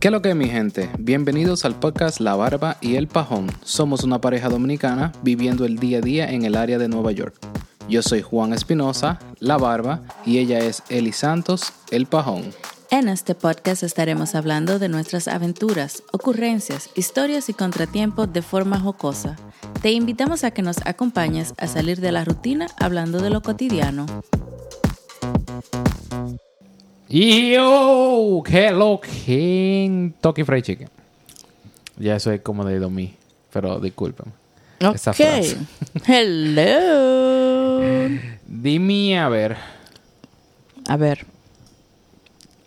¿Qué lo que mi gente? Bienvenidos al podcast La Barba y el Pajón. Somos una pareja dominicana viviendo el día a día en el área de Nueva York. Yo soy Juan Espinosa, La Barba, y ella es Eli Santos, El Pajón. En este podcast estaremos hablando de nuestras aventuras, ocurrencias, historias y contratiempos de forma jocosa. Te invitamos a que nos acompañes a salir de la rutina hablando de lo cotidiano. Yo, hello, Kentucky Fried Chicken. Ya eso es como de Domi, pero discúlpame. Esa frase. Hello. Dime a ver. A ver.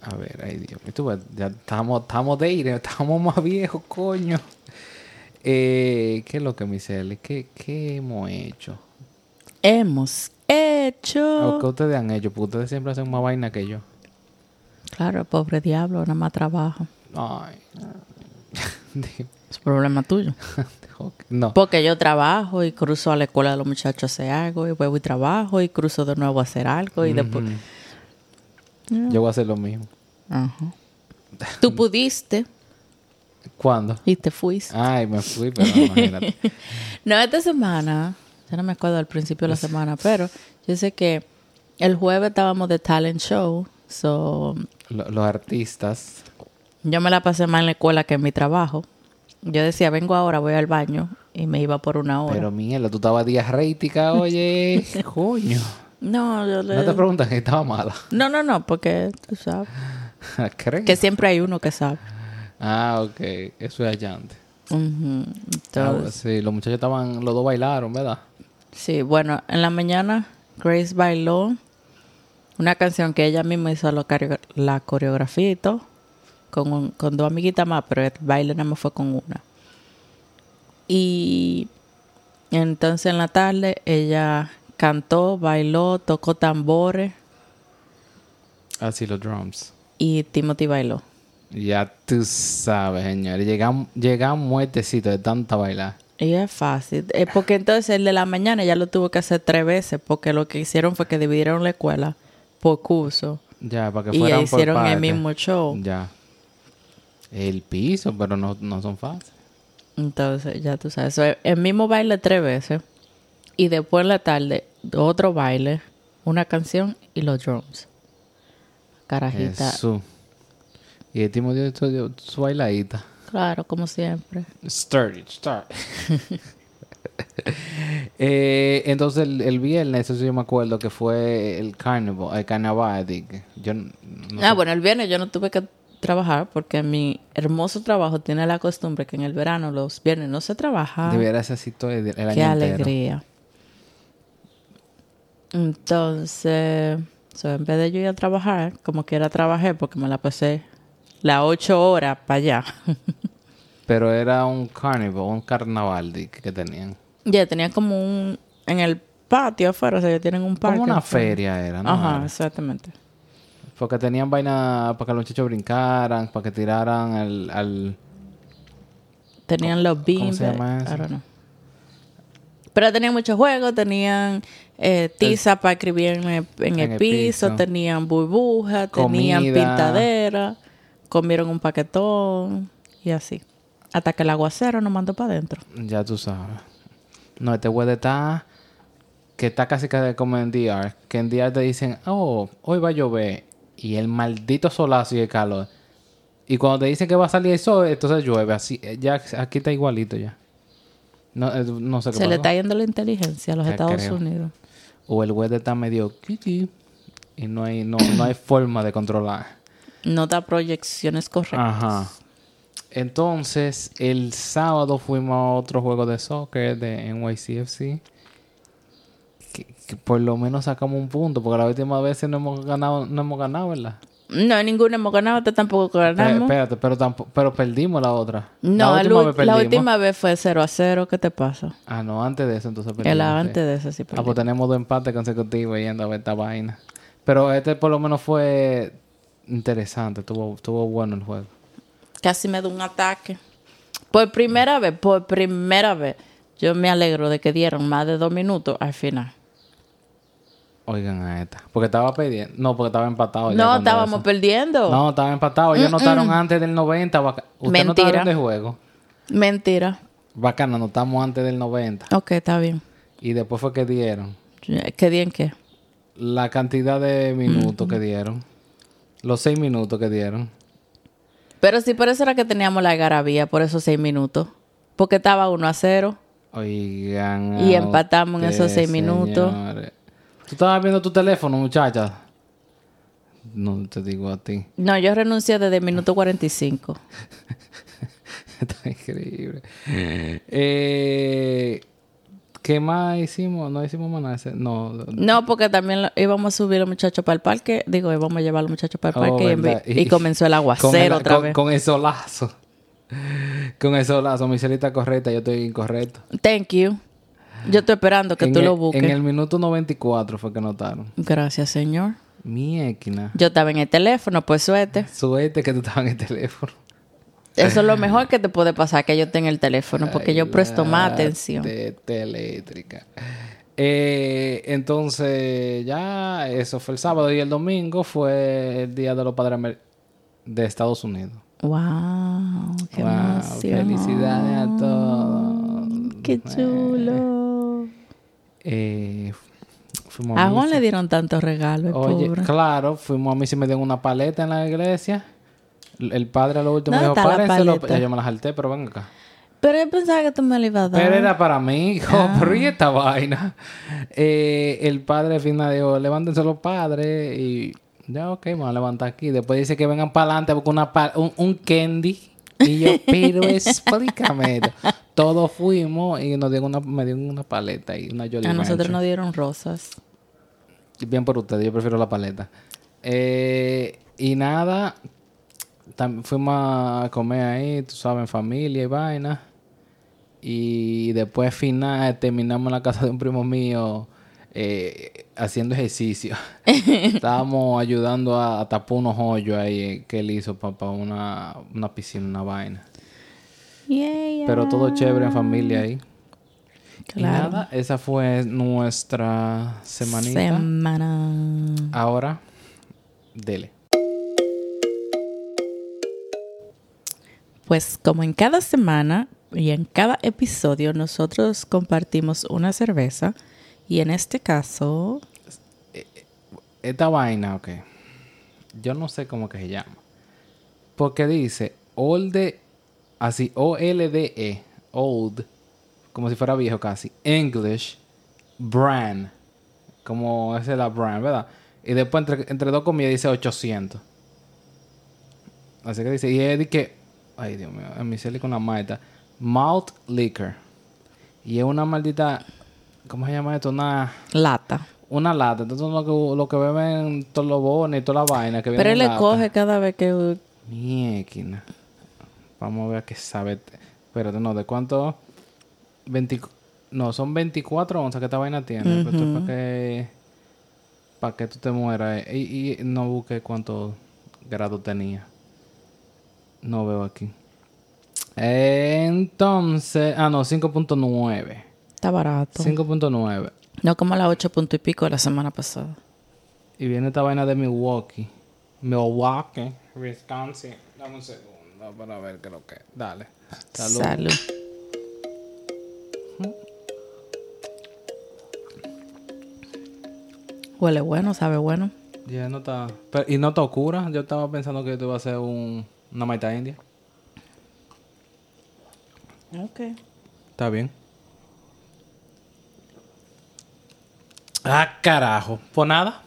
A ver, ay Dios mío, tú, ya estamos, estamos de ir, estamos más viejos, coño. Eh, ¿Qué es lo que me dice Eli? ¿Qué, ¿Qué hemos hecho? Hemos hecho. ¿O qué ustedes han hecho? Porque ustedes siempre hacen más vaina que yo. Claro, pobre diablo, nada más trabajo. Ay. Dime. Es problema tuyo. no. Porque yo trabajo y cruzo a la escuela de los muchachos a hacer algo, y vuelvo y trabajo, y cruzo de nuevo a hacer algo, y después. Yo voy a hacer lo mismo. Ajá. Tú pudiste ¿Cuándo? y te fuiste. Ay, me fui, pero imagínate. No, esta semana, ya no me acuerdo al principio de la semana, pero yo sé que el jueves estábamos de talent show, so Lo- los artistas. yo me la pasé más en la escuela que en mi trabajo. Yo decía, vengo ahora, voy al baño, y me iba por una hora. Pero mierda, tú estabas diarreitica, oye. Coño. No, yo le- No te preguntan que estaba mala. no, no, no, porque tú sabes ¿Crees? que siempre hay uno que sabe. Ah, ok. Eso es allante. Ujú. Ah, Entonces, sí, los muchachos estaban, los dos bailaron, ¿verdad? sí, bueno, en la mañana Grace bailó una canción que ella misma hizo la, coreo- la coreografía y todo, con, un- con dos amiguitas más, pero el baile nada más fue con una. Y entonces en la tarde ella cantó, bailó, tocó tambores Así los drums. y Timothy bailó. Ya tú sabes, señores. Llegan, llegan muertecitos de tanta bailar. Y es fácil. Eh, porque entonces el de la mañana ya lo tuvo que hacer tres veces. Porque lo que hicieron fue que dividieron la escuela por curso. Ya, para que Y fueran ya por hicieron el partes. mismo show. Ya. El piso, pero no, no son fáciles. Entonces, ya tú sabes. so, el- el mismo baile tres veces. Y después en la tarde, otro baile, una canción y los drums. Carajita. Jesús. Y el Timo dio su, dio su bailadita. Claro, como siempre. Sturdy, start. Eh, entonces el, el viernes, eso sí yo me acuerdo que fue el carnaval, el carnaval. di que Yo n- no Ah, bueno, el viernes yo no tuve que trabajar porque mi hermoso trabajo tiene la costumbre que en el verano los viernes no se trabaja. debería ser así todo el, el año Ah. Qué entero. alegría. Entonces, so, en vez de yo ir a trabajar, como quiera trabajé porque me la pasé las ocho horas para allá. Pero era un carnaval, un carnaval di que que tenían. ya tenía como un en el patio afuera, o sea, ya tienen un parque. Como una afuera. feria era, ¿no? Ajá, exactamente. Porque tenían vaina para que los muchachos brincaran, para que tiraran al, al- Tenían los beams. se llama I eso? don't know. Pero tenían muchos juegos, tenían eh, tiza para escribir en el, en el el piso, piso. tenían burbujas, tenían Comida. pintadera, comieron un paquetón y así. Hasta que el aguacero nos mandó para adentro. Ya tú sabes. No, este güey está... Que está casi que como en DR. Que en DR te dicen, oh, hoy va a llover. Y el maldito solazo y el calor. Y cuando te dicen que va a salir el sol, entonces llueve. Así, eh, ya aquí está igualito ya. No, eh, no sé qué Se le pasó. está yendo la inteligencia a los Ya Estados creo. Unidos. O el güey está medio... kiki. Y no hay, no, no hay forma de controlar. No da proyecciones correctas. Ajá. Entonces, el sábado fuimos a otro juego de soccer de NYCFC. Que, que por lo menos sacamos un punto, porque la última vez no hemos ganado, no hemos ganado, ¿verdad? No, ninguno hemos ganado, usted tampoco Pe- ganamos. espérate, pero tampoco, pero perdimos la otra. no, la el última ul- vez la perdimos. última vez fue 0 a 0. ¿Qué te pasa? Ah, no, antes de eso entonces perdimos. El sí. antes de eso sí Ah, pues perdimos. tenemos dos empates consecutivos yendo a ver esta vaina. Pero este por lo menos fue interesante, estuvo, estuvo bueno el juego. Casi me da un ataque. Por primera vez, por primera vez, yo me alegro de que dieron más de dos minutos al final. Oigan a esta. Porque estaba pidiendo. No, porque estaba empatado. ya No, cuando estábamos eso. perdiendo. No, estaba empatado. Ellos notaron antes del 90. Baca... Ustedes Mentira. notaron de juego. Mentira. Bacana, notamos antes del 90. Ok, está bien. Y después fue que dieron. ¿Qué día en qué? La cantidad de minutos que dieron. Los seis minutos que dieron. Pero sí, por eso era que teníamos la garabía, por esos seis minutos. Porque estaba 1 a 0. Oigan. Y a empatamos en esos seis ustedes, minutos. señores. Tú estabas viendo tu teléfono, muchacha. No te digo a ti. No, yo renuncié desde el minuto 45. Está increíble. Eh, ¿Qué más hicimos? No hicimos más nada. ese- No. No, porque también lo- íbamos a subir a los muchachos para el parque. Digo, íbamos a llevar a los muchachos para el Oh, parque. y en verdad. vez- y, comenzó el aguacero con el- otra con- vez. Con el solazo. Con el solazo. Mi celita correcta, yo estoy incorrecto. Thank you. Yo estoy esperando que en tú el, lo busques. En el minuto 94 fue que notaron. Gracias, señor. Mi equina. Yo estaba en el teléfono, pues suerte. Suerte que tú estabas en el teléfono. Eso es lo mejor que te puede pasar, que yo esté en el teléfono, porque yo presto más atención. Teta eléctrica. Eh, entonces, ya, eso fue el sábado y el domingo fue el Día de los Padres Amer- de Estados Unidos. Wow, qué Wow, emoción. felicidades a todos. Qué chulo. Eh, fuimos A misa. Ah, Juan le dieron tantos regalos, el Oye, pobre. claro, fuimos a mí se me dieron una paleta en la iglesia. L- El padre a lo último ¿Dónde dijo, está la párenselo. paleta? Ya yo me la salté, pero ven acá. Pero yo pensaba que tú me lo ibas a dar. Pero era para mí, hijo, Ah. pero ¿y esta vaina? Eh, el padre al final dijo, levántense los padres y ya, ok, me voy a levantar aquí. Después dice que vengan para adelante a buscar una pa- un, un candy. Y yo, pero explícame. esto". Todos fuimos y nos dieron una, me dieron una paleta y una Jolly a nosotros Rancher. nos dieron rosas. Bien por ustedes, yo prefiero la paleta. Eh, y nada, tam- fuimos a comer ahí, tú sabes, en familia y vaina. Y después final terminamos en la casa de un primo mío eh, haciendo ejercicio. Estábamos ayudando a, a tapar unos hoyos ahí eh, que él hizo para una, una piscina, una vaina. Yay, ah, Pero todo chévere en familia ahí. Claro. Y nada, esa fue nuestra semanita. Semana. Ahora, dele. Pues como en cada semana y en cada episodio nosotros compartimos una cerveza y en este caso Esta vaina, ok. Yo no sé cómo que se llama. Porque dice Olde, así, O-L-D-E, E, Old, como si fuera viejo casi, English, Brand, como esa es la Brand, ¿verdad? Y después entre, entre dos comillas dice 800. Así que dice, y es de que, ay Dios mío, en mi cel con la malta, Malt Liquor. Y es una maldita, ¿cómo se llama esto? Una... lata. Una lata. Entonces lo que, lo que beben todos los bonos y toda la vaina que Pero viene en él le lata. coge cada vez que... Miequina. Vamos a ver qué sabe. Espérate, no, ¿de cuánto? 20 No, son 24 onzas que esta vaina tiene. Pero esto es para que... Para que tú te mueras. eh. Y, y no busqué cuánto grado tenía. No veo aquí. Entonces... Ah, no, 5.9. Está barato. 5.9. No como la ocho punto y pico de la semana pasada. Y viene esta vaina de Milwaukee. Milwaukee. Wisconsin. Dame un segundo para ver qué es lo que es. Dale. Salud. Salud. Huele bueno, sabe bueno. Ya no está. pero- y no está oscura. Yo estaba pensando que esto iba a ser un, una maita india. Ok. Está bien. Ah, carajo. Pues nada.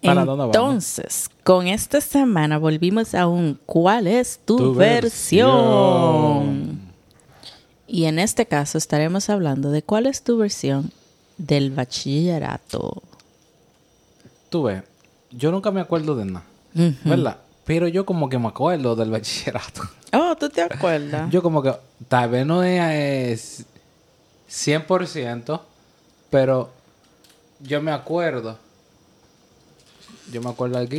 ¿Para dónde vamos? Entonces, con esta semana volvimos a un ¿Cuál es tu, Tu versión? Y en este caso estaremos hablando de cuál es tu versión del bachillerato. Tú ves, yo nunca me acuerdo de nada. ¿Verdad? Pero yo como que me acuerdo del bachillerato. Oh, ¿tú te acuerdas? Yo como que tal vez no es 100%, pero yo me acuerdo. yo me acuerdo algo.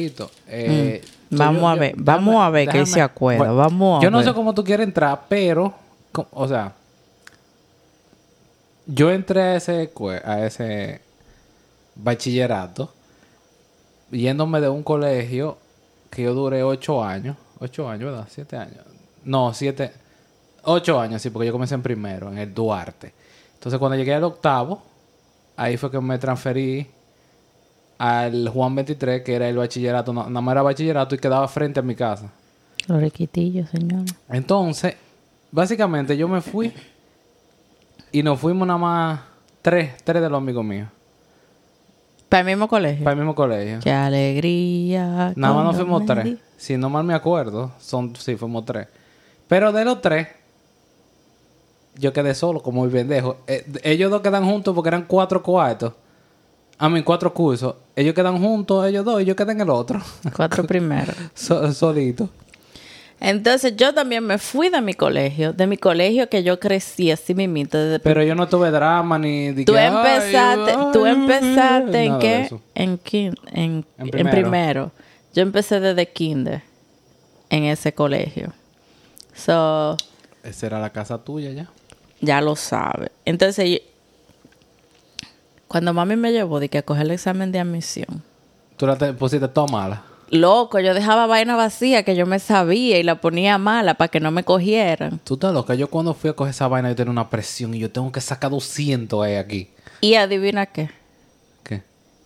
Eh, Mm. Vamos a ver, vamos a ver que él se acuerda, vamos a Yo no ver. sé cómo tú quieres entrar, pero, co- o sea, yo entré a ese, cue- a ese bachillerato yéndome de un colegio que yo duré ocho años. Ocho años, ¿verdad? Siete años. No, siete. Ocho años, sí, porque yo comencé en primero, en el Duarte. Entonces, cuando llegué al octavo, ahí fue que me transferí al Juan 23, que era el bachillerato. No- Nada más era bachillerato y quedaba frente a mi casa. Los riquitillos, señor. Entonces, básicamente yo me fui y nos fuimos nada más tres, tres de los amigos míos Para el mismo colegio. para el mismo colegio. Qué alegría. Nada más nos cuando fuimos me tres. di- Si no mal me acuerdo, son, sí, fuimos tres. Pero de los tres, yo quedé solo como el pendejo. Eh, ellos dos quedan juntos porque eran cuatro cuartos. A mí, cuatro cursos. Ellos quedan juntos, ellos dos, y yo quedé en el otro. Cuatro primeros. So- solito. Entonces yo también me fui de mi colegio, de mi colegio que yo crecí así mismito. Desde Pero yo no tuve drama ni... de tú que, ay, empezaste, ay, tú empezaste en nada de qué? eso. En, kin- en, En en primero. primero. Yo empecé desde kinder en ese colegio. So, Esa era la casa tuya ya. ya lo sabe. Entonces, yo- cuando mami me llevó de que a coger el examen de admisión, Tú la te- pusiste toda mala. loco, yo dejaba vaina vacía que yo me sabía y la ponía mala para que no me cogieran. Tú estás loca. Yo cuando fui a coger esa vaina yo tenía una presión y yo tengo que sacar 200 ahí aquí. Y adivina qué. ¿Qué?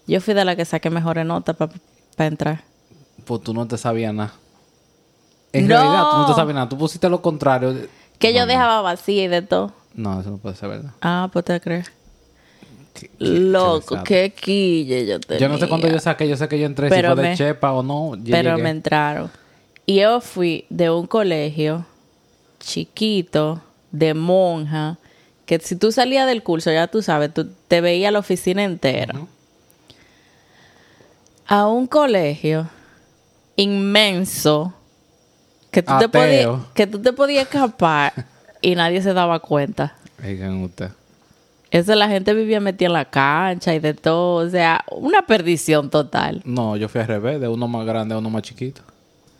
Yo fui de la que saqué mejores notas para entrar. Pues tú no te sabías nada. En No. realidad tú no te sabías nada. Tú pusiste lo contrario. Que yo dejaba vacía y de todo. No, eso no puede ser verdad. Ah, pues te crees. Qué- qué Loco, desato. qué quille yo tenía. Yo no sé cuánto yo saqué. Yo sé que yo entré Pero si fue me- de chepa o no. yo Pero llegué. me entraron. Y yo fui de un colegio chiquito, de monja, que si tú salías del curso, ya tú sabes, tú te veía la oficina entera. A un colegio inmenso que tú, te podías, Ateo. que tú te podías escapar y nadie se daba cuenta. Oigan usted. Eso la gente vivía metida en la cancha y de todo. O sea, una perdición total. No, yo fui al revés. De uno más grande a uno más chiquito.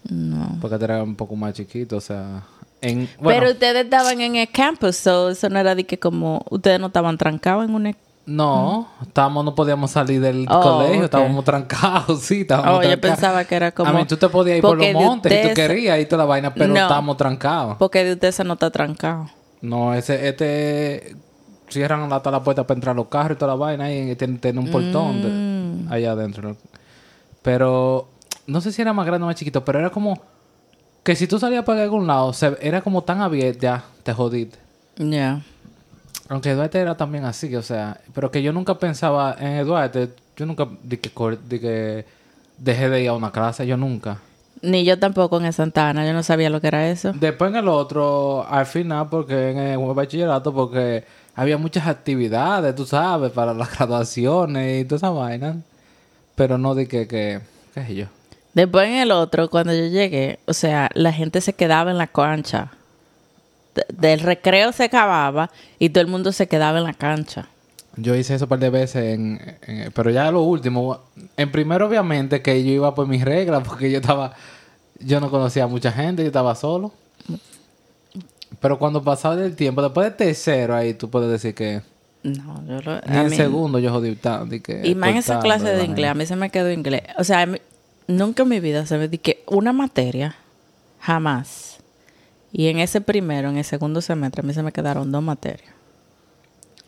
No. Porque tú eras un poco más chiquito. O sea... En, bueno, Pero ustedes estaban en el campus, so eso no era de que como ustedes no estaban trancados en un... e-, No, estábamos, no podíamos salir del Oh, colegio, ok. estábamos trancados, sí, estábamos Oh, yo trancados. pensaba que era como- A mí tú te podías ir por Porque los de montes si tú ustedes- querías y toda la vaina, pero No. estábamos trancados. Porque de ustedes eso no está trancado. No, ese, este, cierran hasta la puerta para entrar los carros y toda la vaina y tienen un portón de- allá adentro. Pero, no sé si era más grande o más chiquito, pero era como que si tú salías para algún lado, se- era como tan abierto, ya, te jodiste. Ya. Aunque Duarte era también así, o sea, pero que yo nunca pensaba en Duarte, yo nunca de que, cor- de que dejé de ir a una clase, yo nunca. Ni yo tampoco en el Santana, yo no sabía lo que era eso. Después en el otro, al final, porque en el bachillerato, porque había muchas actividades, tú sabes, para las graduaciones y toda esa vaina. Pero no de que, que qué sé yo. Después en el otro, cuando yo llegué, o sea, la gente se quedaba en la cancha. De- del recreo se acababa y todo el mundo se quedaba en la cancha. Yo hice eso un par de veces, en- en- pero ya lo último. En primero, obviamente, que yo iba por mis reglas, porque yo estaba. Yo no conocía a mucha gente, yo estaba solo. Pero cuando pasaba el tiempo, después de tercero, ahí tú puedes decir que. No, yo lo... Ni a en mí- segundo yo jodí tanto. Y, que, Y más en esa Eh, cortando clase la de vaina. inglés, a mí se me quedó inglés. O sea, a mí- nunca en mi vida se me di que una materia, jamás. Y en ese primero, en el segundo semestre, a mí se me quedaron dos materias.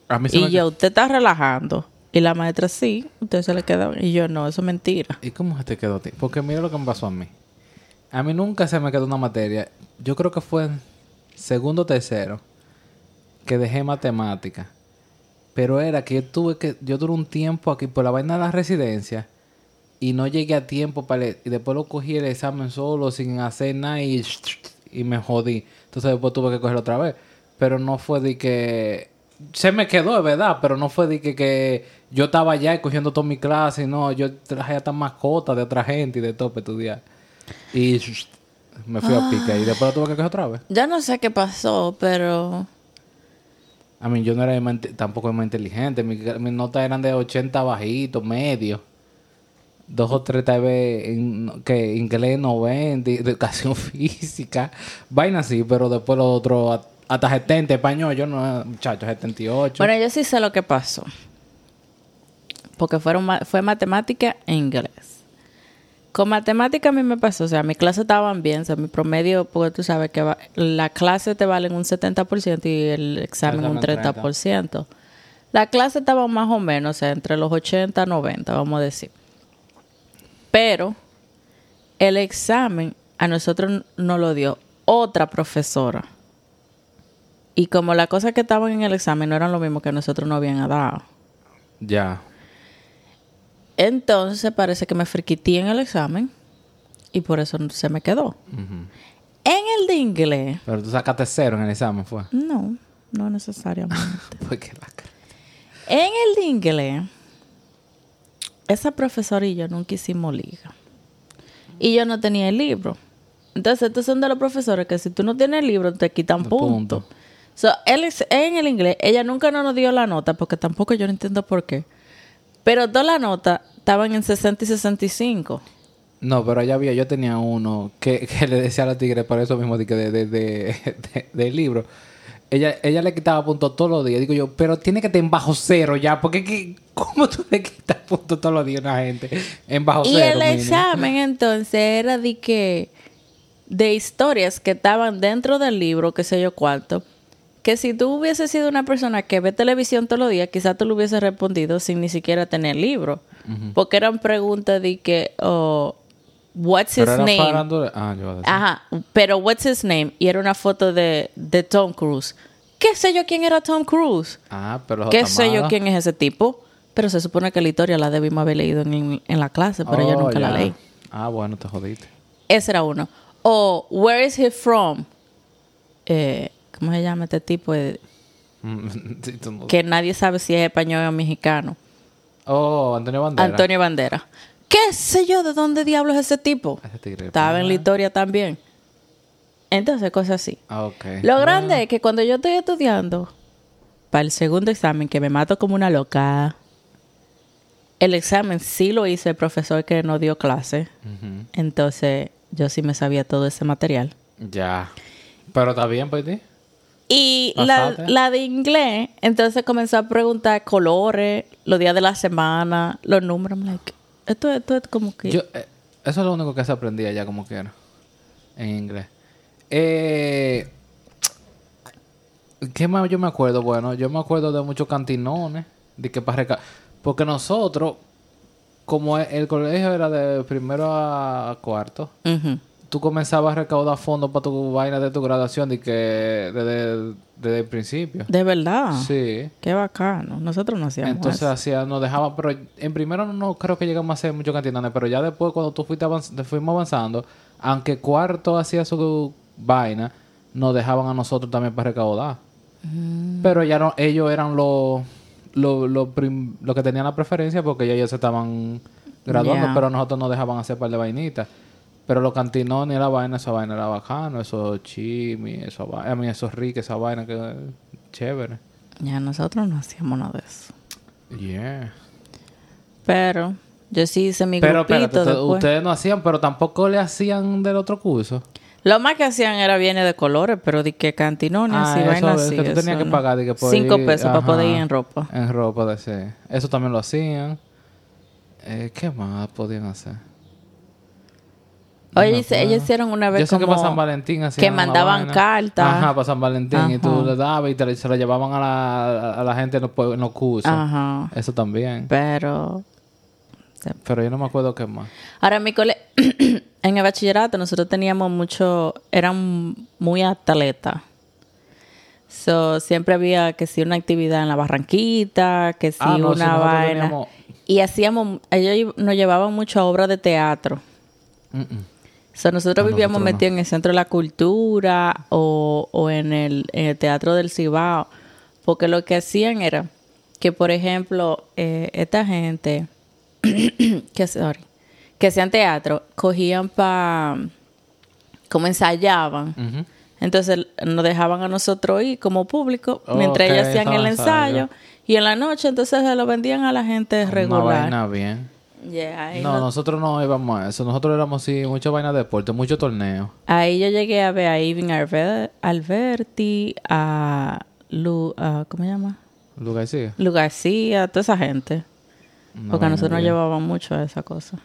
A mí se me Y yo, usted está relajando. Y la maestra, sí, usted se le quedó. Y yo, no, eso es mentira. ¿Y cómo se te quedó a ti? Porque mira lo que me pasó a mí. A mí nunca se me quedó una materia. Yo creo que fue en segundo o tercero que dejé matemática. Pero era que yo tuve que... Yo duré un tiempo aquí por la vaina de la residencia y no llegué a tiempo para... el- y después lo cogí el examen solo sin hacer nada y... Y me jodí. Entonces después tuve que cogerlo otra vez. Pero no fue de que... Se me quedó, es verdad, pero no fue de que, que yo estaba allá y cogiendo toda mi clase. No, yo traje hasta mascotas de otra gente y de tope estudiar. Y me fui a pique. Y después lo tuve que coger otra vez. Yo no sé qué pasó, pero... A mí, yo no era el más inte- tampoco el más inteligente. Mi- Mis notas eran de 80 bajitos, medio. dos o tres tal vez en- que inglés no ven, de- de educación física, vaina así, pero después los otros a- hasta 70 español, yo no, muchachos, 78. Bueno, yo sí sé lo que pasó. Porque fueron ma- fue matemática e inglés. Con matemática a mí me pasó, o sea, mis clases estaban bien, o sea, mi promedio, porque tú sabes que va- la clase te valen un 70% y el examen un 30%. La clase estaba más o menos, o sea, entre los 80 y 90, vamos a decir. Pero el examen a nosotros nos lo dio otra profesora. Y como las cosas que estaban en el examen no eran lo mismo que nosotros nos habían dado. ya. Entonces parece que me friquité en el examen y por eso se me quedó. En el de inglés, Pero tú sacaste cero en el examen, fue. no, no necesariamente. Porque la cara. En el de inglés, esa profesora y yo nunca hicimos liga. Y yo no tenía el libro. Entonces, estos son de los profesores que si tú no tienes el libro, te quitan De punto. puntos. So, él es- en el inglés, ella nunca no nos dio la nota, porque tampoco yo no entiendo por qué. Pero todas las notas estaban en 60 y 65. No, pero allá había, yo tenía uno que, que le decía a la tigre, por eso mismo de, que de, de, de- de- del libro. Ella, ella le quitaba puntos todos los días. Digo yo, pero tiene que estar en bajo cero ya, porque ¿qué- ¿cómo tú le quitas puntos todos los días a una gente? En bajo Y cero. el mínimo. examen entonces era de que de historias que estaban dentro del libro, qué sé yo cuánto, que si tú hubieses sido una persona que ve televisión todos los días, quizás tú lo hubieses respondido sin ni siquiera tener libro, porque eran preguntas de que oh, what's his Pero era name? farándula- Ah, yo iba a decir. Ajá, pero what's his name? Y era una foto de, de Tom Cruise. ¿Qué sé yo quién era Tom Cruise? Ah, pero los ¿Qué sé yo otamados. quién es ese tipo? Pero se supone que la historia la debimos haber leído en, en la clase, pero yo Oh, nunca la ya. leí. Ah, bueno, te jodiste. Ese era uno. O, where is he from? Eh, ¿Cómo se llama este tipo? de- Mm, sí, tú no- que nadie sabe si es español o mexicano. Oh, Antonio Bandera. Antonio Bandera. ¿Qué sé yo de dónde diablos es ese tipo? Ese tigre. Estaba en la historia también. Entonces, cosas así. Ah, ok. Lo grande es que cuando yo estoy estudiando para el segundo examen, que me mato como una loca, el examen sí lo hizo el profesor que no dio clase. Ujú. Entonces, yo sí me sabía todo ese material. Ya. Pero está bien, pues, ti. Y la, Pasaste. la de inglés, entonces comenzó a preguntar colores, los días de la semana, los números. I'm like, esto, esto es como que. Yo, eh, eso es lo único que se aprendía ya como quiera. En inglés. Eh, ¿Qué más yo me acuerdo? Bueno, yo me acuerdo de muchos cantinones. De que para reca- Porque nosotros, como e- el colegio era de primero a cuarto, Ujú. tú comenzabas a recaudar fondos para tu vaina de tu graduación de que desde, desde el principio. De verdad. Sí. Qué bacano. Nosotros no hacíamos Entonces eso. hacía, nos dejaban, pero en primero no creo que llegamos a hacer muchos cantinones, pero ya después cuando tú fuiste avanz- fuimos avanzando, aunque cuarto hacía su vaina, nos dejaban a nosotros también para recaudar. Pero ya no, ellos eran los los los prim- los que tenían la preferencia porque ya ellos se estaban graduando, Ya. pero nosotros nos dejaban hacer par de vainitas. Pero los cantinones, la vaina, esa vaina era bacano, esos chimis, esa vaina, a mí esos riques, esa vaina que chévere. Ya nosotros no hacíamos nada de eso. Yeah. Pero yo sí hice mi Pero grupito espérate, ustedes- después. ustedes no hacían, pero tampoco le hacían del otro curso. Lo más que hacían era bienes de colores, pero de que cantinones Ah, y eso vainas es, así. que tú eso tenías que no. pagar de que por Cinco ir, pesos para poder ajá. ir en ropa. En ropa de sí. Eso también lo hacían. Eh, ¿Qué más podían hacer? Oye, hice- ellos hicieron una vez pues. Yo sé que como para San Valentín hacían que una mandaban vaina. cartas. Ajá, para San Valentín. Y tú Ajá. le dabas y te, la- se la llevaban a la, a la gente en los, pue- en los cursos. Ah. Ajá. Eso también. Pero Pero yo no me acuerdo qué más. Ahora, en mi cole, en el bachillerato, nosotros teníamos mucho, eran muy atletas. So, siempre había que si una actividad en la barranquita, que si Ah, no, sí, una nosotros vaina. teníamos- Y hacíamos, ellos nos llevaban mucho a obras de teatro. Mm-mm. So, nosotros Ah, vivíamos nosotros no. metidos en el Centro de la Cultura o, o en, el, en el Teatro del Cibao. Porque lo que hacían era que, por ejemplo, eh, esta gente que, sorry, que hacían teatro, cogían para... como ensayaban. Ujú. Entonces nos dejaban a nosotros ir como público Oh, mientras ok, ellos hacían estaba el ensayo. ensayo. Y en la noche entonces se lo vendían a la gente Una regular. vaina bien. Yeah, ahí No, nosotros no íbamos a eso. Nosotros éramos, sí, mucha vaina de deporte, mucho torneo. Ahí yo llegué a ver a Ivin Alver- Alberti, a Lu, a- ¿cómo se llama? Lu García. Lu García, toda esa gente. Una Porque vaina a nosotros nos bien. llevaban mucho a esa cosa.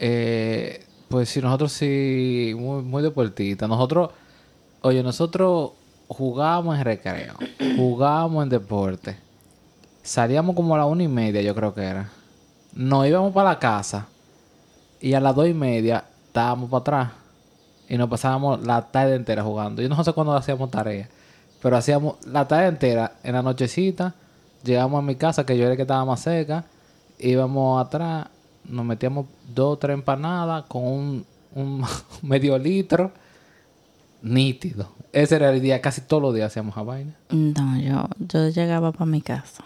Eh, pues sí, nosotros sí, muy, muy deportistas. Nosotros, oye, nosotros jugábamos en recreo, jugábamos en deporte. Salíamos como a la una y media, yo creo que era. Nos íbamos para la casa y a las dos y media estábamos para atrás. Y nos pasábamos la tarde entera jugando. Yo no sé cuándo hacíamos tarea, pero hacíamos la tarde entera. En la nochecita, llegamos a mi casa, que yo era el que estaba más cerca, íbamos atrás, nos metíamos dos o tres empanadas con un, un medio litro nítido. Ese era el día, casi todos los días hacíamos esa vaina. No, yo, yo llegaba para mi casa.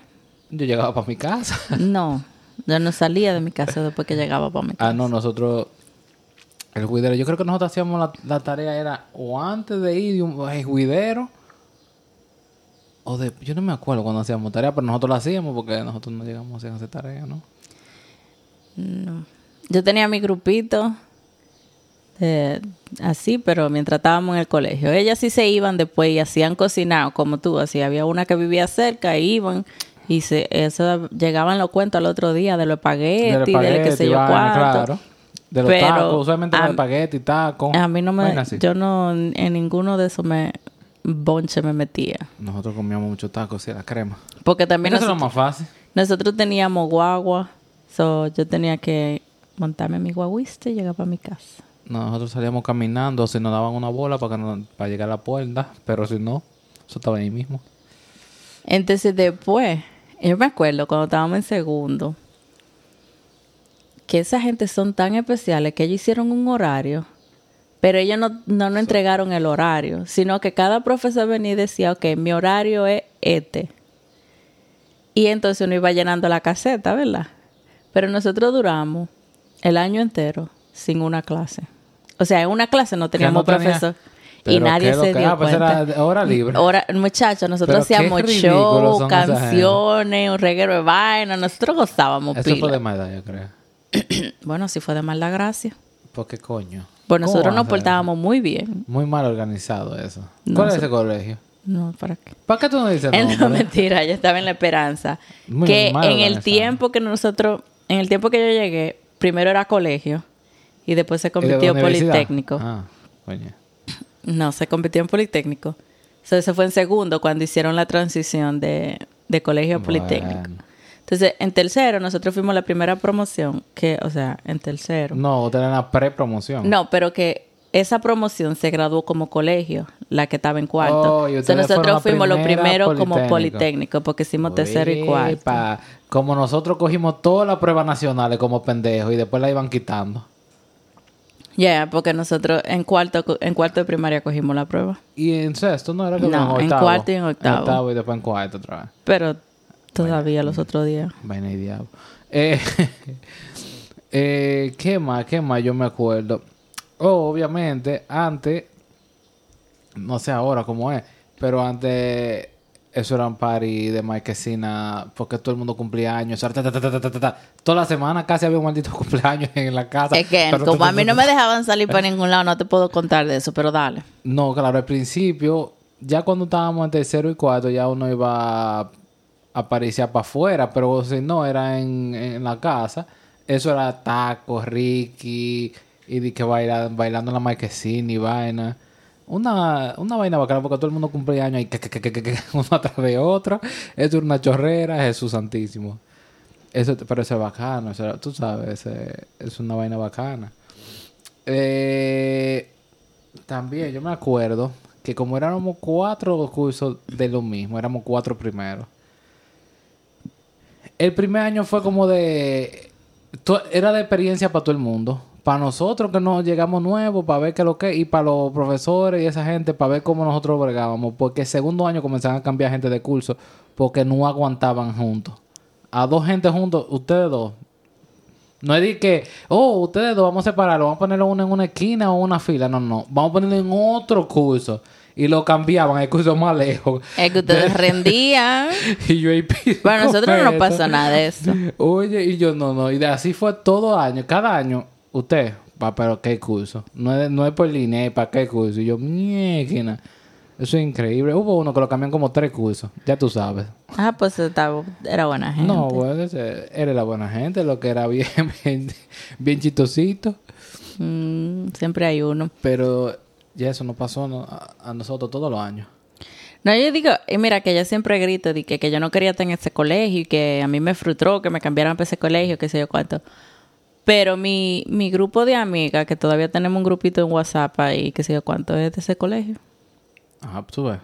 Yo llegaba para mi casa. No, yo no salía de mi casa después que llegaba para mi casa. Ah, no, nosotros. El juidero. Yo creo que nosotros hacíamos la, la tarea era o antes de ir de un el juidero. O de, yo no me acuerdo cuando hacíamos tarea, pero nosotros la hacíamos porque nosotros no llegamos a hacer tarea, ¿no? Yo tenía mi grupito eh, así, pero mientras estábamos en el colegio. Ellas sí se iban después y hacían cocinado, como tú. Así había una que vivía cerca y iban. Y se, eso, llegaban los cuentos al otro día de los espaguetis, Este, de, lo que sé yo vaina, cuánto. claro. De los Pero, tacos, usualmente a- los espagueti, tacos. A mí no me... vaina así. Yo no... En ninguno de esos me... Bonche me metía. Nosotros comíamos muchos tacos y la crema. Porque también Mira, eso es lo nosotros- más fácil. Nosotros teníamos guagua, so yo tenía que montarme mi guaguista y llegar para mi casa. Nosotros salíamos caminando, si nos daban una bola para, que no- para llegar a la puerta, pero si no, eso estaba ahí mismo. Entonces después, yo me acuerdo cuando estábamos en segundo, que esa gente son tan especiales que ellos hicieron un horario, pero ellos no, no nos entregaron el horario, sino que cada profesor venía y decía, ok, mi horario es este. Y entonces uno iba llenando la caseta, ¿verdad? Pero nosotros duramos el año entero sin una clase. O sea, en una clase no teníamos no tenía- profesor. Y Pero nadie qué se loca. dio Ah, pues cuenta. era hora libre. Ahora, muchachos, nosotros Pero qué hacíamos ridículos show, son esa gente. canciones, un reguero de vaina, nosotros gozábamos Eso fue pila. de maldad, yo creo. Bueno, sí fue de mala gracia. Porque coño. ¿Cómo Pues nosotros van a nos hacer? portábamos muy bien. Muy mal organizado eso. No, ¿Cuál es eso- ese colegio? No, ¿para qué? ¿Para qué tú no dices Eh, No, nombre? mentira, yo estaba en la esperanza. Muy que mal en el organizado. tiempo que nosotros, en el tiempo que yo llegué, primero era colegio y después se ¿Y de convirtió en universidad? Politécnico. Ah, coño. No, se compitió en Politécnico. Eso se fue en segundo cuando hicieron la transición de, de colegio a Politécnico. Bueno. Entonces, en tercero, nosotros fuimos la primera promoción que, o sea, en tercero. No, No, otra era una pre-promoción. pero que esa promoción se graduó como colegio, la que estaba en cuarto. Oh, y Entonces, ustedes nosotros fuimos fueron la los primera primeros como Politécnico. Politécnico porque hicimos tercero y cuarto. Epa, Como nosotros cogimos todas las pruebas nacionales como pendejos y después la iban quitando. Ya, porque nosotros en cuarto, co- en cuarto de primaria cogimos la prueba. Y en sexto no era que No, en en octavo. cuarto y en octavo. y después en cuarto otra vez. Pero todavía los otros días. Vaina y diablo. Eh, eh, ¿Qué más? ¿Qué más? Yo me acuerdo. Oh, obviamente, antes, no sé ahora cómo es, pero antes eso era un party de marquesina porque todo el mundo cumplía años. ta, ta, ta, ta, ta, ta, ta. Toda la semana casi había un maldito cumpleaños en la casa. Es que Pero ta, como ta, a mí ta, no ta, me dejaban salir para ningún lado, no te puedo contar de eso, pero dale. no, claro, al principio, ya cuando estábamos en tercero y cuarto, ya uno iba a aparecer para afuera, pero si no, era en, en la casa. Eso era tacos, Ricky, y de que baila- bailando en la marquesina y vaina. Una, una vaina bacana porque todo el mundo cumplía años y que, que, que, que, que, que, uno atrás de otro. Eso era una chorrera, Jesús Santísimo. Eso, pero eso es bacano, eso era- tú sabes, eh, es una vaina bacana. Eh, también yo me acuerdo que como éramos cuatro cursos de lo mismo, éramos cuatro primeros. El primer año fue como de... to- Era de experiencia para todo el mundo. Para nosotros que nos llegamos nuevos, para ver qué es lo que... Y para los profesores y esa gente, para ver cómo nosotros bregábamos. Porque el segundo año comenzaban a cambiar gente de curso porque no aguantaban juntos. A dos gente juntos, ustedes dos, No es de que, oh, ustedes dos vamos a separarlo, vamos a ponerlo uno en una esquina o una fila. No, no. Vamos a ponerlo en otro curso. Y lo cambiaban, el curso más lejos. Es que ustedes rendían. y yo ahí Bueno, a nosotros no nos pasó nada de eso. Oye, y yo no, no. Y de así fue todo año. Cada año, usted, pa, pero qué curso. No es, no es por línea, para qué curso. Y yo, mierda. Eso es increíble. Hubo uno que lo cambian como tres cursos. Ya tú sabes. Ah, pues estaba, era buena gente. No, bueno, ese- era la buena gente, lo que era bien, bien, bien chistosito. Mm, siempre hay uno. Pero ya eso nos pasó no- a, a nosotros todos los años. No, yo digo, y mira, que yo siempre grito de que, que yo no quería estar en ese colegio y que a mí me frustró que me cambiaran para ese colegio, qué sé yo cuánto. Pero mi, mi grupo de amigas, que todavía tenemos un grupito en WhatsApp ahí, qué sé yo cuánto, es de ese colegio. Ajá, pues tú ves.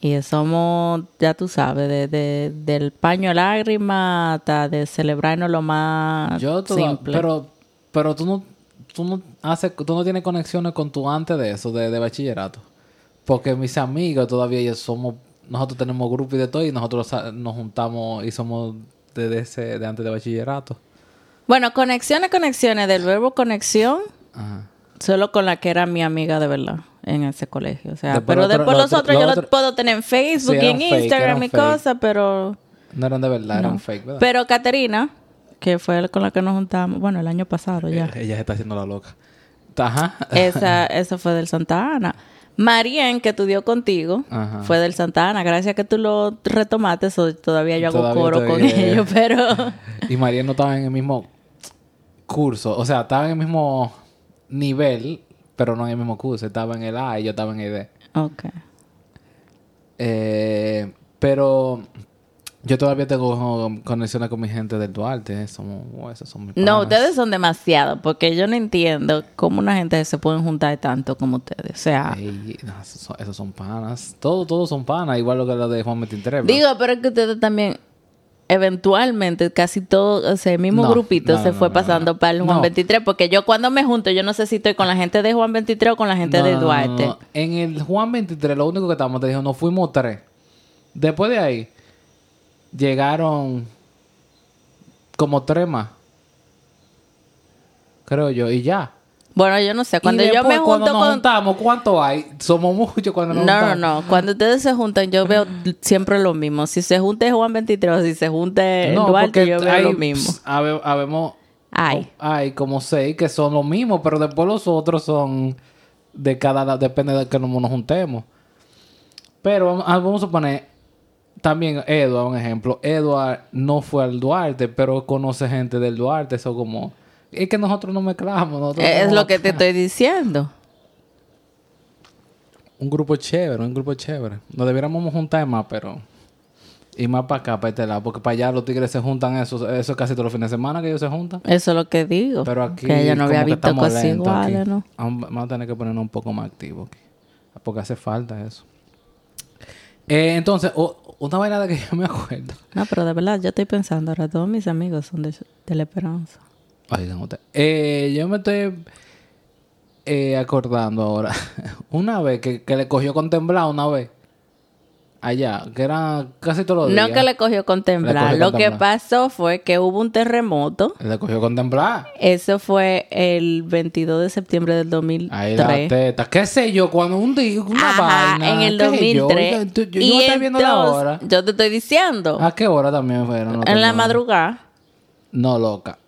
Y somos, ya tú sabes, de, de- del paño a lágrima hasta de celebrarnos lo más Yo toda- Ah, simple. pero pero tú no tú no haces tú no tienes conexiones con tu antes de eso de, de bachillerato. Porque mis amigos todavía ellos somos nosotros tenemos grupos y de todo y nosotros sa- nos juntamos y somos de, de ese de antes de bachillerato. Bueno, conexiones, conexiones, del verbo conexión, Ajá. solo con la que era mi amiga de verdad en ese colegio. O sea, Después pero lo otro- después lo los otro- otros lo yo los otro- puedo tener en Facebook Sí, y era en un fake, era Instagram un y fake. cosas, pero... No eran de verdad, eran fake, ¿verdad? Pero Caterina, que fue con la que nos juntamos, bueno, el año pasado ya. Eh, Ella se está haciendo la loca. Ajá. Esa, esa fue del Santa Ana. Marien, que estudió contigo, Ajá. fue del Santa Ana. Gracias que tú lo retomaste, so- todavía yo hago Todavía, coro todavía. con ellos, pero... Y María no estaba en el mismo curso. O sea, estaba en el mismo nivel, pero no en el mismo curso. Estaba en el A y yo estaba en el D. ok. Eh, pero yo todavía tengo conexiones con mi gente del Duarte. Somos, oh, esos son mis No, panas. ustedes son demasiado, porque yo no entiendo cómo una gente se pueden juntar tanto como ustedes. O sea, Ey, no, esos, son, esos son panas. Todos todos son panas. Igual lo que la de Juan Metintreva. digo, pero es que ustedes también, eventualmente, casi todo, o sea, el mismo No, grupito no, se no, fue no, pasando no. para el Juan No. 23, porque yo cuando me junto, yo no sé si estoy con la gente de Juan 23 o con la gente No, de no, no, Duarte. no, no. En el Juan 23, lo único que estábamos, te dijo, nos fuimos tres. Después de ahí, llegaron como tres más. Creo yo, y ya. Bueno, yo no sé, Y cuando yo después, me junto cuando nos con... juntamos, ¿cuánto hay? Somos muchos cuando nos No, no, juntamos. no. Cuando ustedes se juntan, yo veo siempre lo mismo. Si se junta es Juan 23 o si se junta el No, Eh, Duarte, porque yo veo hay, lo mismo. pss, habe- habemos, Ay. hay como seis que son los mismos, pero después los otros son de cada, la- depende de que nos, nos juntemos. Pero vamos, ah, vamos a poner también Edward, un ejemplo. Edward no fue al Duarte, pero conoce gente del Duarte, eso como... Es que nosotros no mezclamos. nosotros Es tenemos lo que te estoy diciendo. Un grupo chévere, un grupo chévere. Nos debiéramos juntar más, pero... Y más para acá, para este lado, porque para allá los tigres se juntan, eso, eso es casi todos los fines de semana que ellos se juntan. Eso es lo que digo. Pero aquí. que yo como no había que visto estamos cosas lentos aquí. iguales, ¿no? Vamos vamos a tener que ponernos un poco más activos aquí. Porque hace falta eso. Eh, entonces, o- una vaina de que yo me acuerdo. No, pero de verdad, yo estoy pensando ahora. Todos mis amigos son de, de La Esperanza. Oigan ustedes. Eh, yo me estoy eh, acordando ahora. una vez que, que le cogió contemplado una vez. Allá, que era casi todos los No días. que le cogió contemplar. Le cogió lo contemplar. que pasó fue que hubo un terremoto. Le cogió contemplado. Eso fue el 22 de septiembre del 2003. Ahí la teta. ¿Qué sé yo? Cuando un día. Una Ajá, vaina, en el qué sé yo. 2003. Yo, yo, yo y no estoy viendo la entonces, hora. Ah, Yo te estoy diciendo. ¿A qué hora también fueron? en la madrugada. No, loca.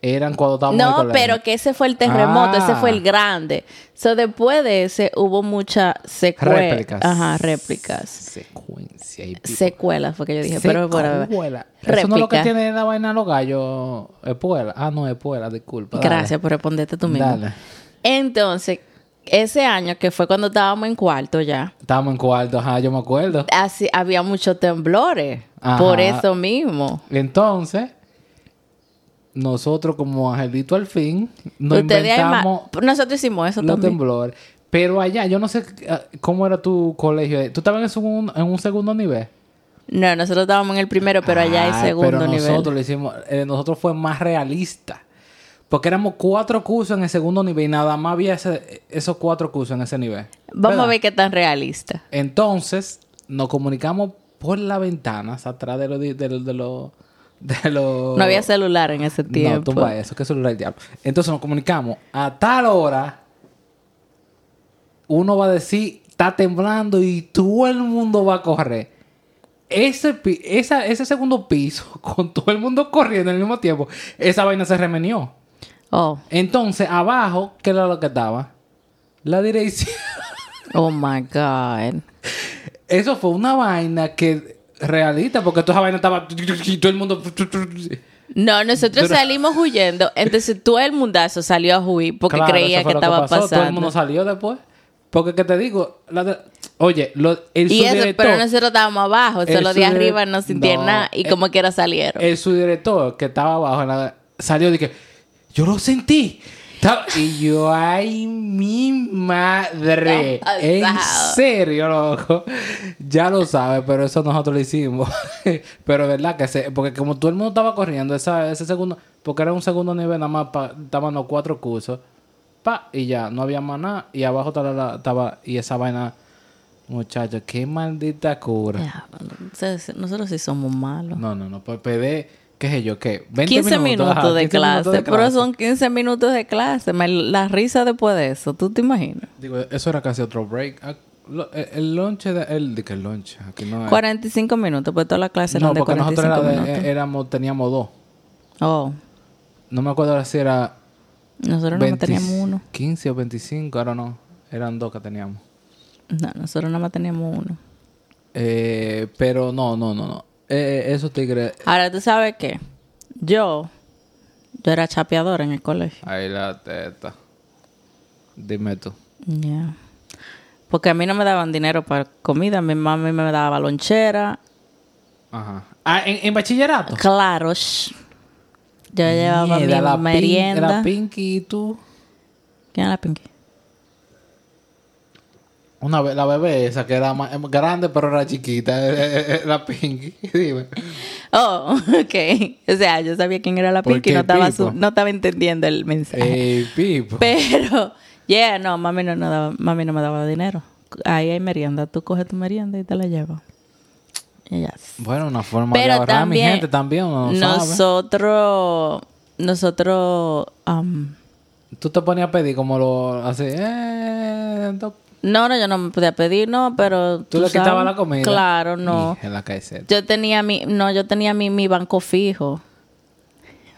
Eran cuando estábamos en el No, colegio. pero que ese fue el terremoto, Ah. ese fue el grande. So, después de ese hubo muchas secuelas. Réplicas. Ajá, réplicas. Secuencia y pico. Secuelas fue que yo dije, pero bueno, Secuela. réplica. Eso no es lo que tiene la vaina los gallos. Espuela. Ah, no, espuela, disculpa. dale. Gracias por responderte tú mismo. Dale. Entonces, ese año que fue cuando estábamos en cuarto ya, Estábamos en cuarto, ajá, yo me acuerdo. así había muchos temblores. Ajá. Por eso mismo. Entonces, nosotros como Angelito al fin, nos Ustedes hay más- inventamos Nosotros hicimos eso los también. temblores. Pero allá, yo no sé ah, cómo era tu colegio. ¿Tú estabas en, segun- en un segundo nivel? No, nosotros estábamos en el primero, pero allá hay Ah, segundo pero nivel. nosotros lo hicimos, eh, nosotros fue más realista. Porque éramos cuatro cursos en el segundo nivel y nada más había ese- esos cuatro cursos en ese nivel. Vamos ¿Verdad? a ver qué tan realista. Entonces, nos comunicamos por las ventanas atrás de los, di- de los- de los- de los... No había celular en ese tiempo. Oh. No, tumba eso, qué celular el diablo. Entonces nos comunicamos. A tal hora, uno va a decir, está temblando y todo el mundo va a correr. Ese, pi- esa- ese segundo piso, con todo el mundo corriendo al mismo tiempo, esa vaina se remenió. Oh, Entonces, abajo, ¿qué era lo que estaba? La dirección. oh my God. Eso fue una vaina que realista, porque toda esa vaina estaba. Y todo el mundo. No, nosotros Pero- salimos huyendo. Entonces todo el mundazo salió a huir porque Claro, creía eso fue que lo estaba pasó. Todo el pasando. mundo salió después. Porque, ¿qué te digo? La de- Oye, lo- el Y eso, subdirector. pero nosotros estábamos abajo. el Solo de subdire- arriba no sintieron No, nada y eh, como quiera salieron. El subdirector que estaba abajo en la- salió y dije: Yo lo sentí. Estaba- Y yo, ay, mi madre. No, en pasado. serio, loco. Ya lo sabes, pero eso nosotros lo hicimos. pero es verdad que se, porque como todo el mundo estaba corriendo esa, ese segundo, porque era un segundo nivel, nada más pa- estaban los cuatro cursos. Pa, y ya, no había más nada. Y abajo estaba, la- estaba- y esa vaina. Muchachos, qué maldita cura. Ya, pues, entonces, nosotros sí somos malos. No, no, no. Pues PD, qué sé yo, qué. 20 15 minutos, ajá, de 15 minutos clase, de pero clase. son 15 minutos de clase. Me- la risa después de eso, ¿tú te imaginas? Digo, eso era casi otro break. Ah, lo- El, el lunch de... El, de que el lunch. Aquí no hay- 45 minutos, pues toda la clase No, eran de porque nosotros 45 era de- eh, minutos. éramos, teníamos dos. oh, No me acuerdo ahora si era... nosotros no 20 teníamos uno. 15 o 25, ahora no. Eran dos que teníamos. No, nosotros nada más teníamos uno. Eh, pero no, no, no, no. Eh, esos tigres... Ahora, ¿tú sabes qué? Yo, yo era chapeadora en el colegio. Ahí la teta. Dime tú. Ya. Porque a mí no me daban dinero para comida, mi mami me daba lonchera. Ajá. Ah, ¿en, en bachillerato? Claro, shh. yo llevaba Mierda, la mi pin- merienda. La Pinky y tú... ¿Quién era la Pinky? Una be- la bebé esa que era más, grande pero era chiquita, eh, eh, la Pinky, dime. Oh, ok. O sea, yo sabía quién era la ¿Por Pinky, qué, no estaba, Pipo? Eh. su- no estaba entendiendo el mensaje. Ey, Pipo. Pero, yeah, no, mami no, no daba- mami no me daba dinero. Ahí hay merienda, tú coges tu merienda y te la llevas. Y ya. Bueno, una forma de Pero ahorrar mi gente también, también, uno no sabe. nosotros, nosotros, um, am, Tú te ponías a pedir como lo así, eh, do- no, no, yo no me podía pedir, no, pero tú, le sabes, quitabas la comida. Claro, no. Y, en la calceta. Yo tenía mi, no, yo tenía mi, mi banco fijo.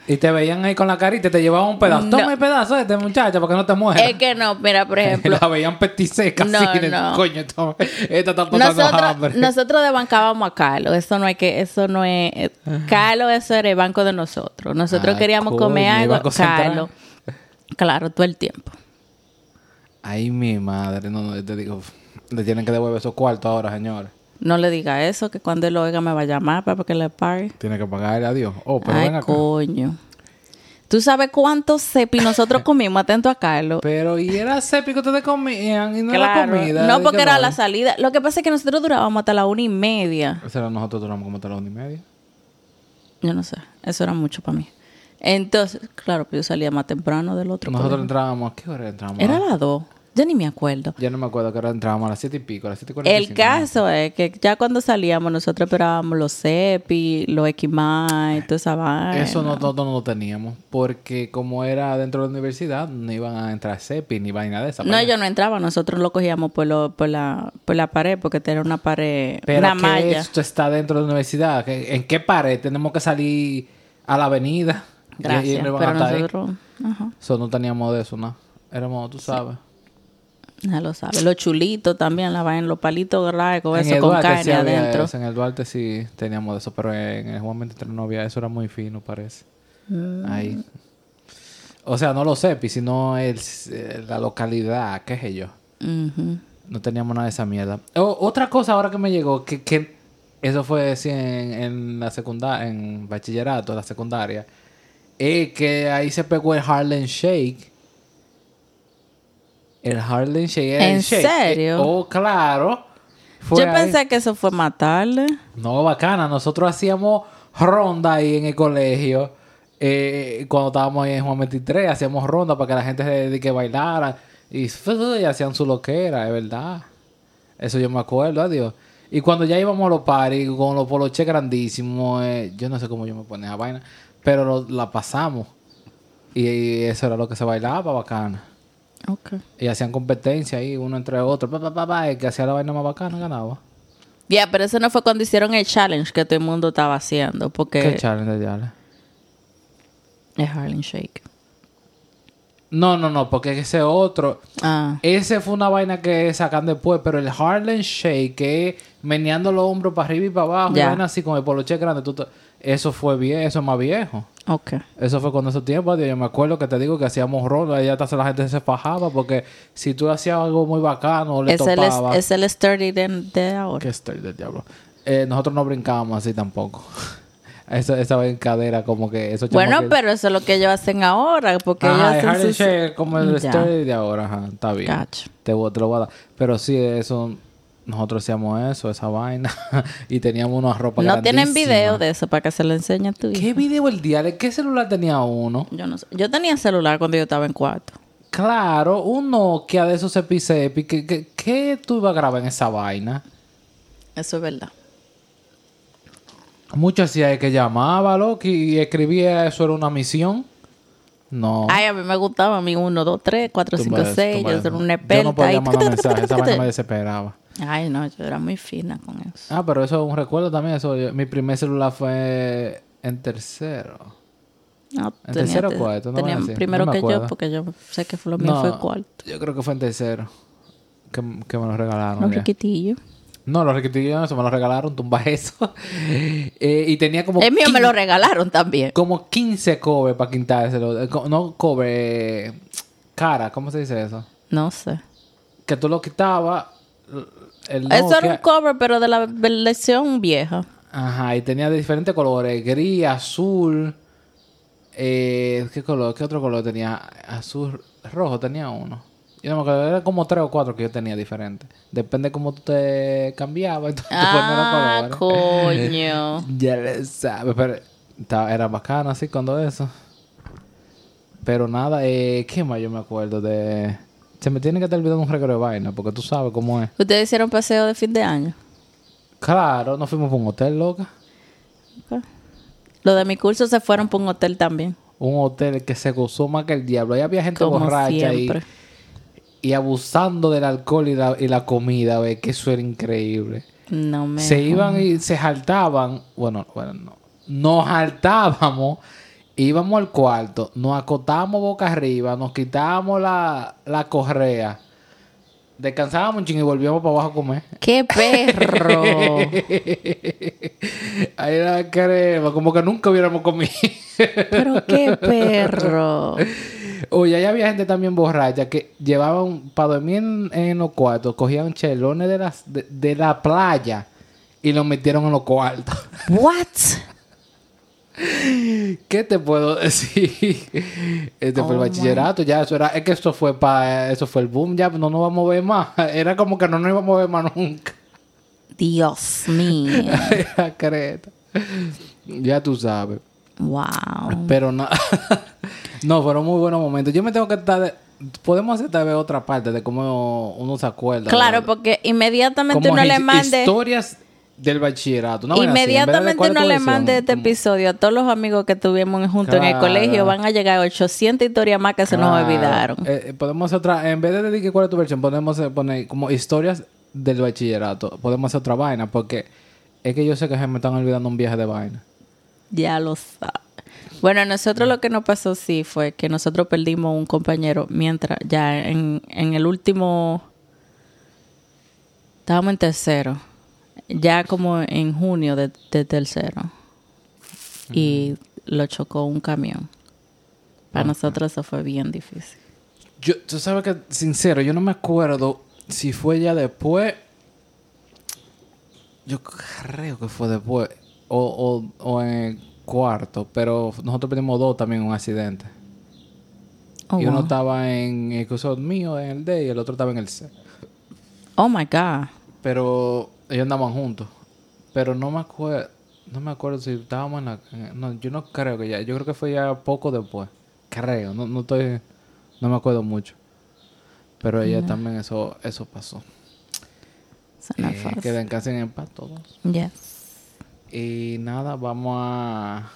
Y te veían ahí con la carita y te llevaban un pedazo. No. Toma el pedazo de este muchacho para que no te mueras. Es que no, mira, por ejemplo, la veían petiseca No, así, de, no. coño, toma, esta está pasando Nosotros, hambre. nosotros desbancábamos a Carlos. Eso no es que, eso no es. eh, Carlos, eso era el banco de nosotros. Nosotros Ah, queríamos coño, comer el algo. Banco Central. Carlos. Claro, todo el tiempo. Ay, mi madre, no, no, yo te digo, le tienen que devolver esos cuartos ahora, señores. No le diga eso, que cuando él lo oiga me va a llamar para que le pague. Tiene que pagarle a Dios. Oh, pero Ay, ven acá. coño. ¿Tú sabes cuántos cepi nosotros comimos atento a Carlos? Pero y era cepi que ustedes comían y no claro. era comida. no, ¿de porque qué era hablan? la salida. Lo que pasa es que nosotros durábamos hasta la una y media. Esa era nosotros duramos como hasta la una y media. Yo no sé. Eso era mucho para mí. Entonces, claro, pues yo salía más temprano del otro. Nosotros colegio. entrábamos, ¿a qué hora entrábamos? Era las dos. Yo ni me acuerdo. Ya no me acuerdo que hora entrábamos, a las siete y pico, a las siete y cuarenta y El cinco, caso es que ya cuando salíamos, nosotros esperábamos los CEPI, los Equimai, toda esa ¿no? vaina. Eso nosotros no lo teníamos, porque como era dentro de la universidad, no iban a entrar cepi ni vaina de esa. No, para allá. yo no entraba, nosotros lo cogíamos por, lo- por, la, por la pared, porque tenía una pared, Pero una que malla. esto está dentro de la universidad. ¿que- ¿En qué pared? Tenemos que salir a la avenida. Y- y Gracias, no iban a pero estar ahí. nosotros, ajá, Eso no teníamos de eso, ¿no? Éramos, tú sabes. ya lo sabes. Los chulitos también, la vaina, los palitos largos, En eso, el con Duarte carne sí había adentro. eso, en el Duarte sí teníamos de eso, pero en el Juan 23 no había. Eso era muy fino, parece. Ahí. O sea, no lo sepi, sino el, eh, la localidad, qué sé yo. Ujú. No teníamos nada de esa mierda. O- otra cosa ahora que me llegó, que, que eso fue sí, en, en la secundaria, en bachillerato, la secundaria, es que ahí se pegó el Harlem Shake. El Harlem Shake. era ¿En el shake. serio? Eh, Oh, claro. Fue Yo ahí. pensé que eso fue matarle. No, bacana. Nosotros hacíamos ronda ahí en el colegio. eh, cuando estábamos ahí en Juan 23, hacíamos ronda para que la gente se de que bailara. Y, y hacían su loquera, es verdad. Eso yo me acuerdo, adiós. Y cuando ya íbamos a los paris con los poloches grandísimos, eh, yo no sé cómo yo me ponía esa vaina, pero lo- la pasamos. Y, y eso era lo que se bailaba bacana. Ok. Y hacían competencia ahí, uno entre otro. Pa, pa, pa, pa, el que hacía la vaina más bacana ganaba. Ya, pero eso no fue cuando hicieron el challenge que todo el mundo estaba haciendo, porque Qué challenge de diablo. es Harlem Shake. No, no, no, porque ese otro. Ah, Ese fue una vaina que sacan después, pero el Harlem Shake, que es meneando los hombros para arriba y para abajo, y Ya. vaina así con el poloche grande. tú te- Eso fue bien, eso es más viejo. ok. Eso fue con esos tiempos, tío. Yo me acuerdo que te digo que hacíamos rol, allá hasta la gente se fajaba, porque si tú hacías algo muy bacano, le Es el, es, topabas. es el sturdy de, de ahora. Que estoy del diablo. Eh, nosotros no brincábamos así tampoco. Esa, esa brincadera, como que eso Bueno, pero eso es lo que ellos hacen ahora, porque Ajá, el ellos Harlem hacen sus... Shake como el Ya. story de ahora, ajá, está bien. Cacho. Te, voy- te lo voy a dar. Pero sí, eso, nosotros hacíamos eso, esa vaina. y teníamos una ropa No tienen grandísima. video de eso para que se lo enseñe a tu hijo. ¿Qué video el diario? ¿Qué celular tenía uno? Yo no sé. Yo tenía celular cuando yo estaba en cuarto. Claro, un Nokia de esos epi ¿Qué, qué, qué tú ibas a grabar en esa vaina? Eso es verdad. Mucho hacía que llamaba, loco, y escribía eso era una misión. No. Ay, a mí me gustaba. A mí 1, 2, 3, 4, Tú 5, puedes, tú 6. Yo puedes. era una Yo no podía mandar mensajes, esa vaina me experta. desesperaba. Ay, no. Yo era muy fina con eso. Ah, pero eso es un recuerdo también. Eso, yo- mi primer celular fue en tercero. No, ¿En tenía tercero o te- cuarto? No tenía van a decir, primero no me que yo acuerdo. porque yo sé que lo mío No, fue cuarto. Yo creo que fue en tercero. Que, que me lo regalaron. Un ya. riquitillo. No, los riquitillos eso me lo regalaron, tumba eso. Eh, y tenía como. El mío 15 me lo regalaron también. Como 15 covers para quintárselo. Eh, co- No cover, eh, cara, ¿cómo se dice eso? No sé. Que tú lo quitabas. l- El Eso era Nokia- un cover, pero de la versión vieja. Ajá, y tenía de diferentes colores: gris, azul. eh, ¿Qué color? ¿Qué otro color tenía? Azul, rojo tenía uno. Yo no me acuerdo, eran como tres o cuatro que yo tenía diferentes. Depende cómo tú te cambiabas. Entonces, tú ponías los Ah, colores. coño. Ya le sabe, pero ta- era bacano así cuando eso. Pero nada, eh, ¿qué más yo me acuerdo de...? Se me tiene que estar olvidando un regalo de vaina, porque tú sabes cómo es. Ustedes hicieron paseo de fin de año. Claro, nos fuimos para un hotel, loca. Ok. Los de mi curso se fueron para un hotel también. Un hotel que se gozó más que el diablo. Ahí había gente Como borracha y, siempre. y abusando del alcohol y la, y la comida, ve, que eso era increíble. No me. se iban y se jaltaban. Bueno, bueno, no. Nos jaltábamos, íbamos al cuarto, nos acotábamos boca arriba, nos quitábamos la, la correa, descansábamos un chingo y volvíamos para abajo a comer. ¡Qué perro! Ahí era crema, como que nunca hubiéramos comido. Pero qué perro. Oye, ahí había gente también borracha que llevaban para dormir en, en los cuartos, cogían chelones de, las, de, de la playa y los metieron en los cuartos. What? ¿Qué te puedo decir? Este fue Oh, el bachillerato, ya eso era, es que esto fue para, eso fue el boom, ya no nos vamos a ver más. Era como que no nos íbamos a ver más nunca. Dios mío. Era creta. Ya tú sabes. Wow. Pero no, no, fueron muy buenos momentos. Yo me tengo que estar, de- podemos hacer tal vez otra parte de cómo uno se acuerda. Claro, ¿verdad? porque inmediatamente Como uno le his- mande. Historias del bachillerato. una vaina así, en vez de Inmediatamente cuál es uno tu le versión, mande este como- episodio a todos los amigos que tuvimos juntos en el Claro. colegio. Van a llegar 800 historias más que se nos Claro. olvidaron. Eh, eh, podemos hacer otra, en vez de decir que cuál es tu versión, podemos eh, poner como historias del bachillerato. Podemos hacer otra vaina, porque es que yo sé que se me están olvidando un viaje de vaina. Ya lo sabe. Bueno, a nosotros lo que nos pasó sí fue que nosotros perdimos un compañero mientras ya en, en el último... Estábamos en tercero. Ya como en junio de, de tercero. Y lo chocó un camión. Para nosotros eso fue bien difícil. Yo, tú sabes que, sincero, yo no me acuerdo si fue ya después. Yo creo que fue después. O, o, o en el cuarto, pero nosotros perdimos dos también en un accidente. Oh, y uno wow. estaba en el curso mío, en el D, y el otro estaba en el C. Oh, my God. Pero ellos andaban juntos. Pero no me acuerdo, no me acuerdo si estábamos en la... en- No, yo no creo que ya, yo creo que fue ya poco después. Creo, no, no estoy, no me acuerdo mucho. Pero ella también eso, eso pasó. Son not Eh, fast. quedan casi en empate todos. Yes. Y nada, vamos a,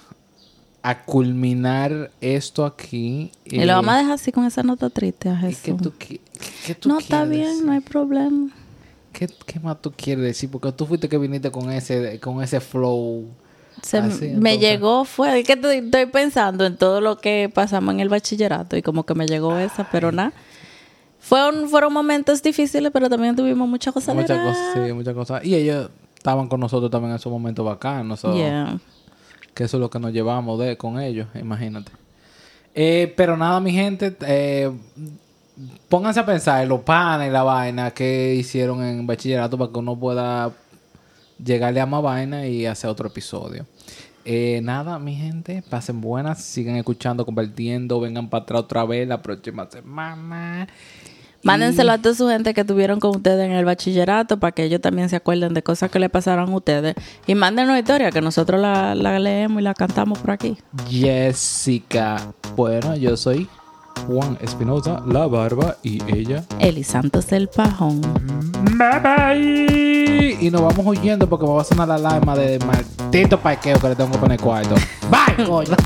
a culminar esto aquí. Y, lo vamos a dejar así con esa nota triste a ¿Y ¿Qué Jesús. tú, qui- qué- qué tú No, quieres está bien, decir? no hay problema. ¿Qué, qué más tú quieres decir? Porque tú fuiste que viniste con ese, con ese flow. Se Ah, m- sí, me entonces. llegó, fue es que estoy, estoy pensando en todo lo que pasamos en el bachillerato y como que me llegó esa, pero nada. Fueron, fueron momentos difíciles, pero también tuvimos muchas cosas. Muchas alegres. cosas, sí, muchas cosas. Y ellos estaban con nosotros también en esos momentos bacanos. so, Yeah. Que eso es lo que nos llevamos de, con ellos, imagínate. Eh, pero nada, mi gente, eh, pónganse a pensar en los panes, la vaina que hicieron en bachillerato para que uno pueda llegarle a más vaina y hacer otro episodio. Eh, nada, mi gente, pasen buenas, sigan escuchando, compartiendo, vengan para atrás otra vez la próxima semana. Mándenselo a toda su gente que tuvieron con ustedes en el bachillerato para que ellos también se acuerden de cosas que le pasaron a ustedes. Y mándenos historia que nosotros la, la leemos y la cantamos por aquí. Jessica. Bueno, yo soy Juan Espinosa, la barba y ella. Eli Santos del Pajón. Bye bye. Y nos vamos huyendo porque me va a sonar la alarma de maldito parqueo que le tengo que poner cuarto. Bye, coño.